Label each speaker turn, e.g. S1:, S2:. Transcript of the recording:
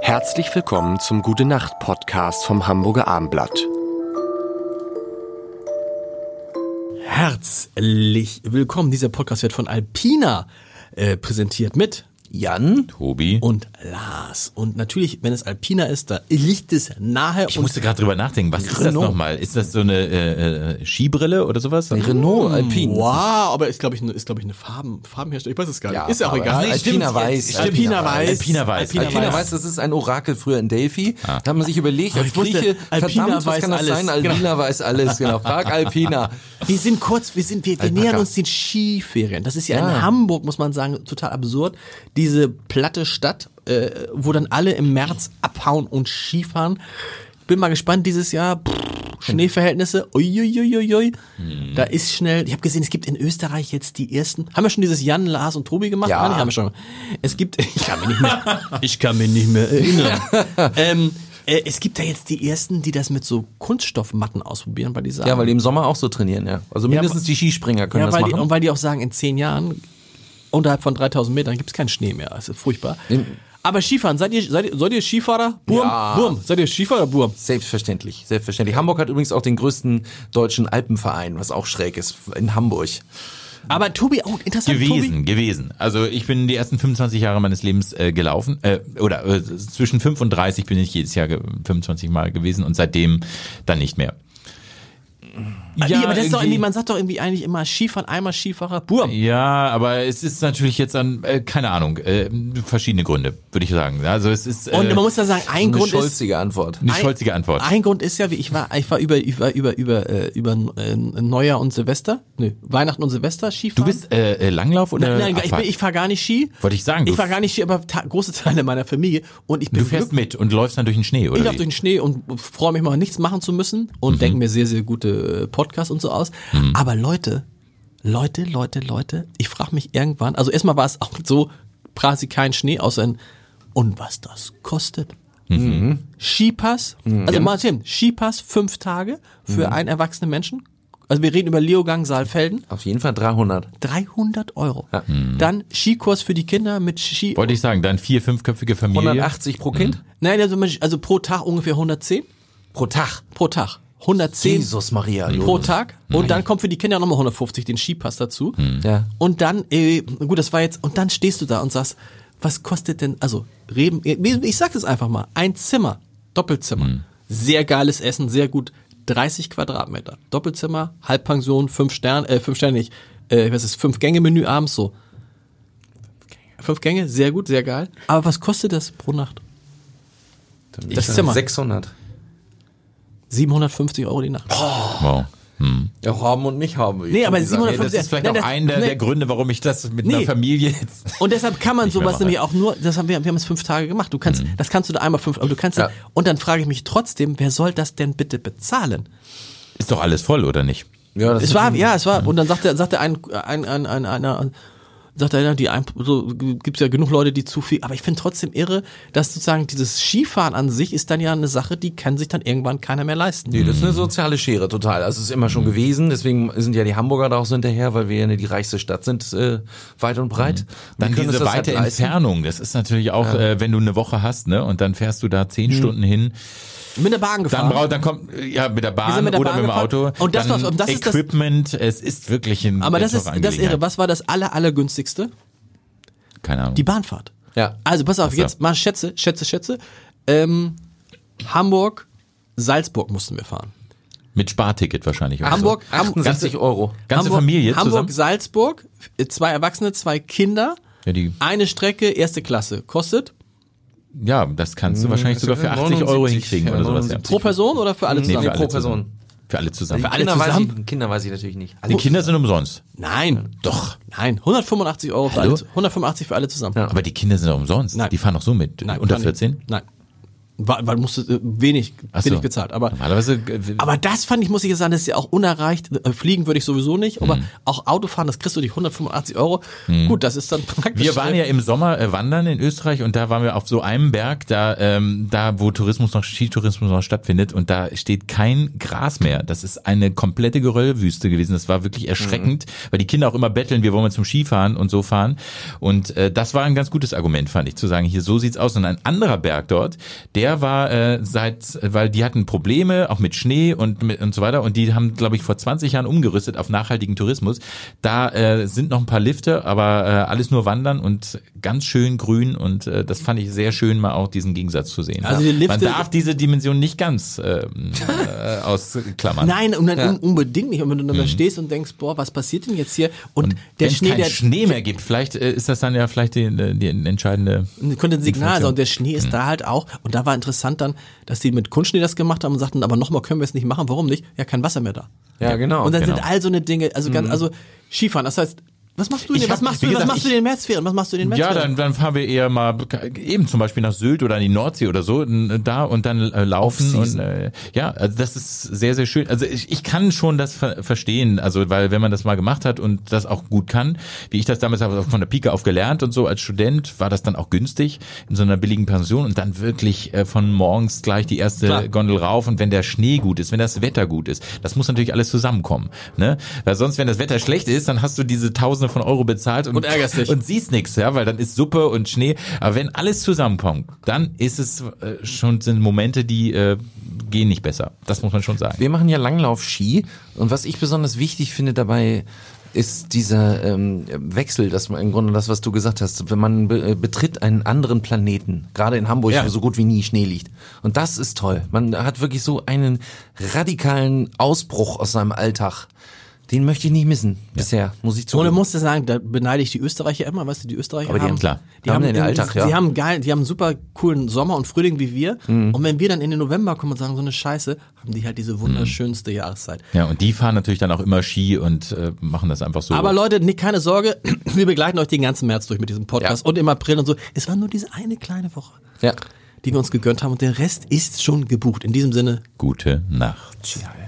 S1: Herzlich willkommen zum Gute Nacht Podcast vom Hamburger Armblatt.
S2: Herzlich willkommen. Dieser Podcast wird von Alpina äh, präsentiert mit Jan
S3: Tobi.
S2: und Lars. Und natürlich, wenn es Alpina ist, da liegt es nahe.
S3: ich
S2: und
S3: musste gerade drüber nachdenken, was ist das
S2: Renault.
S3: nochmal? Ist das so eine äh, äh, Skibrille oder sowas? Hm.
S1: Renault Alpine.
S2: Wow, aber ist glaube ich, ne- ist glaube ich eine Farben, Farbenherstellung. Ich weiß es gar nicht.
S4: Ja,
S2: ist ja auch
S4: Farbe.
S2: egal.
S4: Nee, Alpina
S2: Stimmt.
S4: Weiß.
S2: Stimmt. Alpina weiß.
S3: Alpina Weiß.
S4: Alpina weiß, das ist ein Orakel früher in Delphi. Da haben man sich überlegt, als
S2: Ah. ich wusste,
S4: Grieche,
S2: Alpina
S4: verdammt, was
S2: weiß
S4: kann das
S2: alles.
S4: sein? Alpina weiß alles, genau. Frag Alpina.
S2: Wir sind kurz, wir sind, wir, wir
S4: Alpaka. Ah.
S2: nähern uns den Skiferien. Das ist ja, in
S4: Ja.
S2: Hamburg, muss man sagen, total absurd. Diese platte Stadt, äh, wo dann alle im März abhauen und Skifahren. Bin mal gespannt dieses Jahr. Pff, Schneeverhältnisse, uiuiuiui.
S4: Hm.
S2: Da ist schnell. Ich habe gesehen, es gibt in Österreich jetzt die ersten. Haben wir schon dieses Jan, Lars und Tobi gemacht?
S4: Ja.
S2: Nein, haben wir schon. Es gibt. Ich kann mich nicht mehr, ich kann mich nicht mehr erinnern. ähm, äh, es gibt da jetzt die ersten, die das mit so Kunststoffmatten ausprobieren, weil die sagen,
S4: Ja, weil die im Sommer auch so trainieren, ja. Also mindestens die Skispringer können
S2: ja,
S4: das
S2: weil die,
S4: machen.
S2: und weil die auch sagen, in zehn Jahren, unterhalb von 3000 Metern, gibt's keinen Schnee mehr. Das ist furchtbar. Aber Skifahren, seid ihr, seid ihr, seid ihr Skifahrer? Burm,
S4: Ja.
S2: Burm, seid ihr Skifahrer, Burm?
S4: Selbstverständlich, selbstverständlich. Hamburg hat übrigens auch den größten deutschen Alpenverein, was auch schräg ist, in Hamburg.
S2: Aber Tobi, auch interessant, Tobi.
S3: Gewesen, gewesen. Also ich bin die ersten 25 Jahre meines Lebens äh, gelaufen. Äh, oder äh, zwischen 5 und 30 bin ich jedes Jahr ge- 25 Mal gewesen und seitdem dann nicht mehr.
S2: Ja, Ah, aber das ist doch
S3: irgendwie- Äh,
S2: irgendwie, man sagt doch irgendwie eigentlich immer Skifahren, einmal Skifahrer, Burm.
S3: Ja, aber es ist natürlich jetzt an, äh, keine Ahnung, äh, verschiedene Gründe, würde ich sagen. Also es ist äh,
S2: Und man muss da sagen, ein
S4: Eine
S2: Grund ist,
S4: scholzige Antwort.
S3: eine
S2: Ein-
S3: scholzige Antwort.
S2: Ein Grund ist ja, wie ich war, ich war über, über, über, über, äh, über äh, Neujahr und Silvester, nö, Weihnachten und Silvester
S3: Du
S2: Skifahren.
S3: bist äh, äh, Langlauf oder
S2: Nein, ich, bin-
S3: Abfahrt?
S2: ich fahre gar nicht Ski.
S3: Wollte ich sagen,
S2: Ich
S3: du-
S2: fahre gar nicht Ski, aber ta- große Teile meiner Familie. Und ich bin
S3: Du fährst mit und läufst dann durch den Schnee, oder?
S2: Ich laufe
S3: wie?
S2: durch den Schnee und freue mich mal, nichts machen zu müssen und denke mir sehr, sehr gute äh, Podcasts und so aus. Aber Leute, Leute, Leute, Leute, ich frage mich irgendwann, also erstmal war es auch so quasi kein Schnee, außer ein, und was das kostet. Skipass, also Martin, Skipass fünf Tage für einen erwachsenen Menschen. Also wir reden über Leogang Saalfelden,
S4: Auf jeden Fall 300.
S2: 300 Euro. Dann Skikurs für die Kinder mit Ski.
S3: Wollte ich sagen, dann vier, fünfköpfige Familie.
S4: 180 pro Kind?
S2: Nein, also, also pro Tag ungefähr 110.
S4: Pro Tag.
S2: Pro Tag. 110
S4: Jesus Maria.
S2: pro
S4: Josef.
S2: Tag. Und dann kommt für die Kinder nochmal 150 den Skipass dazu.
S4: Ja.
S2: Und dann, äh, gut, das war jetzt, und dann stehst du da und sagst, was kostet denn, also Reben, ich sag das einfach mal, ein Zimmer, Doppelzimmer,
S4: Mhm.
S2: sehr geiles Essen, sehr gut, 30 Quadratmeter, Doppelzimmer, Halbpension, fünf Sterne, äh, fünf Sterne nicht, äh, was ist, fünf Gänge Menü abends so. Fünf Gänge, sehr gut, sehr geil. Aber was kostet das pro Nacht? Das Zimmer.
S4: 600.
S2: 750 Euro die Nacht.
S3: Wow.
S4: Ja, haben und nicht haben.
S2: Nee, aber
S3: Ja, das
S2: 750
S3: ist vielleicht
S2: Nein,
S3: auch
S2: das-
S3: einer
S2: nee.
S3: der Gründe, warum ich das mit
S2: Nee.
S3: einer Familie jetzt.
S2: Und deshalb kann man
S3: Nicht mehr Mhm.
S2: sowas
S3: machen.
S2: nämlich auch nur, das haben wir, wir haben es fünf Tage gemacht. Du kannst, das kannst du da einmal fünf, aber du kannst,
S4: Ja.
S2: und dann frage ich mich trotzdem, wer soll das denn bitte bezahlen?
S3: Ist doch alles voll, oder nicht?
S4: Ja, das
S2: Es
S4: ist
S2: war, ja, es war, und dann sagte, sagte ein, ein, ein, ein, einer, sagte einer, die ein, so gibt's ja genug Leute, die zu viel, aber ich finde trotzdem irre, dass sozusagen dieses Skifahren an sich ist dann ja eine Sache, die kann sich dann irgendwann keiner mehr leisten.
S4: Nee, das ist eine soziale Schere, total. Also es ist immer schon gewesen, deswegen sind ja die Hamburger da auch so hinterher, weil wir ja die reichste Stadt sind, äh, weit und breit. Wir
S3: Dann
S4: Mhm. können uns
S3: diese
S4: das halt
S3: weite
S4: leisten.
S3: Entfernung, das ist natürlich auch, äh, wenn du eine Woche hast, ne, und dann fährst du da zehn
S2: Hm.
S3: Stunden hin,
S2: Mit der Bahn gefahren.
S3: dann braucht, dann kommt, äh, ja, mit der Bahn
S2: sind mit der
S3: oder
S2: Bahn
S3: mit dem
S2: gefahren.
S3: Auto.
S2: Und das
S3: dann
S2: war's. Und das ist das-
S3: Equipment, es ist wirklich ein.
S2: aber das
S3: eine
S2: ist,
S3: teure
S2: das irre.
S3: Angelegenheit.
S2: Was war das aller, allergünstigste?
S3: Keine Ahnung.
S2: Die Bahnfahrt.
S4: Ja.
S2: Also pass auf,
S3: so.
S2: jetzt mal schätze, schätze, schätze. Ähm, Hamburg, Salzburg mussten wir fahren.
S3: mit Sparticket wahrscheinlich. oder so.
S2: Hamburg, Hamburg,
S4: 68 Euro.
S3: Ganze
S2: Hamburg,
S3: Familie
S2: Hamburg,
S3: zusammen?
S2: Salzburg, äh, zwei Erwachsene, zwei Kinder,
S3: Ja, die,
S2: eine Strecke, erste Klasse. Kostet
S3: ja, das kannst du wahrscheinlich sogar
S2: Hm,
S3: für 80 Euro
S4: 79,
S3: hinkriegen
S4: ja,
S3: oder sowas. Ja.
S4: 79.
S2: pro Person oder für alle
S3: Nee,
S2: zusammen?
S3: für alle
S4: pro Person.
S3: Zusammen. Für alle
S2: alle
S3: zusammen.
S4: Kinder weiß,
S2: zusammen?
S4: ich, Kinder weiß ich natürlich nicht.
S3: Die Kinder sind umsonst.
S2: Nein, doch. Nein, 185 Euro für
S3: Hallo?
S2: alle, 185 für alle zusammen.
S4: Ja.
S3: Aber die Kinder sind doch umsonst.
S2: Nein.
S3: Die fahren doch so mit.
S2: Nein,
S3: Unter
S2: kann
S3: 14?
S2: nicht. Nein. War, war musste äh, wenig,
S3: Ach so.
S2: wenig bezahlt. Aber
S3: Normalerweise äh,
S2: aber das fand ich, muss ich ja sagen, das ist ja auch unerreicht. Äh, Fliegen würde ich sowieso nicht, aber
S3: Mhm.
S2: auch Autofahren, das kriegst du die 185 Euro. Gut, das ist dann praktisch.
S3: Wir waren ja im Sommer äh, wandern in Österreich und da waren wir auf so einem Berg, da, ähm, da wo Tourismus noch, Skitourismus noch stattfindet und da steht kein Gras mehr. Das ist eine komplette Geröllwüste gewesen. Das war
S2: Mhm.
S3: wirklich erschreckend, weil die Kinder auch immer betteln, wir wollen mal zum Skifahren und so fahren. Und äh, das war ein ganz gutes Argument, fand ich, zu sagen, hier so sieht's aus. Und ein anderer Berg dort, der war äh, seit, weil die hatten Probleme, auch mit Schnee und, mit, und so weiter. Und die haben, glaube ich, vor 20 Jahren umgerüstet auf nachhaltigen Tourismus. Da äh, sind noch ein paar Lifte, aber äh, alles nur wandern und ganz schön grün. Und äh, das fand ich sehr schön, mal auch diesen Gegensatz zu sehen.
S2: Also die
S3: Man
S2: Lifte-
S3: darf diese Dimension nicht ganz ähm, äh, ausklammern.
S2: Nein, und dann un- unbedingt nicht. Und wenn du dann da stehst und denkst, boah, was passiert denn jetzt hier? Und, der
S3: Wenn es
S2: Schnee,
S3: Mhm. keinen
S2: der
S3: Schnee mehr gibt, vielleicht äh, ist das dann ja vielleicht die, die entscheidende.
S2: könnte ein Signal
S3: Information.
S2: sein. Und der Schnee
S3: Mhm.
S2: ist da halt auch. Und da war interessant dann, dass die mit Kunstschnee das gemacht haben und sagten, aber nochmal können wir es nicht machen. Warum nicht? Ja, kein Wasser mehr da.
S4: Ja, genau.
S2: Und dann
S3: genau. Mhm.
S2: sind all so eine Dinge, also ganz, also Skifahren, das heißt, was machst du
S3: Ich
S2: denn?
S3: hab-
S2: Was machst
S3: wie
S2: du, was
S3: gesagt,
S2: machst du
S3: ich-
S2: denn in den Märzferien? Was machst du in den
S3: Ja,
S2: Märzferien?
S3: dann, dann fahren wir eher mal eben zum Beispiel nach Sylt oder in die Nordsee oder so n- da und dann äh, laufen und äh, ja, also das ist sehr sehr schön. Also ich, ich kann schon das ver verstehen, also weil wenn man das mal gemacht hat und das auch gut kann, wie ich das damals habe von der Pike auf gelernt und so als Student war das dann auch günstig in so einer billigen Pension und dann wirklich äh, von morgens gleich die erste
S2: Klar.
S3: Gondel rauf und wenn der Schnee gut ist, wenn das Wetter gut ist, das muss natürlich alles zusammenkommen, ne? Weil sonst wenn das Wetter schlecht ist, dann hast du diese Tausende von Euro bezahlt und,
S2: Und ärgerst dich.
S3: und siehst nichts, ja, weil dann ist Suppe und Schnee. Aber wenn alles zusammenkommt, dann ist es äh, schon sind Momente, die äh, gehen nicht besser. Das muss man schon sagen.
S4: Wir machen ja Langlauf-Ski und was ich besonders wichtig finde dabei ist dieser ähm, Wechsel, dass man im Grunde das, was du gesagt hast, wenn man be äh, betritt einen anderen Planeten, gerade in Hamburg,
S3: Ja.
S4: wo so gut wie nie Schnee liegt. Und das ist toll. Man hat wirklich so einen radikalen Ausbruch aus seinem Alltag. Den möchte ich nicht missen bisher, muss ich
S2: Und ich
S4: zugeben.
S2: musste sagen, da beneide ich die Österreicher immer, weißt du, die Österreicher
S4: Aber die
S2: haben,
S4: haben- klar.
S2: die
S4: Haben
S2: haben,
S4: den
S2: in-
S4: Alltag, ja.
S2: Sie haben geil, die haben einen super coolen Sommer und Frühling wie wir.
S4: Mhm.
S2: Und wenn wir dann in den November kommen und sagen, so eine Scheiße, haben die halt diese wunderschönste Jahreszeit.
S3: Ja, und die fahren natürlich dann auch immer Ski und äh, machen das einfach so.
S2: Aber Leute, nee, keine Sorge, wir begleiten euch den ganzen März durch mit diesem Podcast
S4: Ja.
S2: und im April und so. Es war nur diese eine kleine Woche,
S4: Ja.
S2: die wir uns gegönnt haben und der Rest ist schon gebucht. In diesem Sinne,
S3: Gute Nacht.
S4: ja,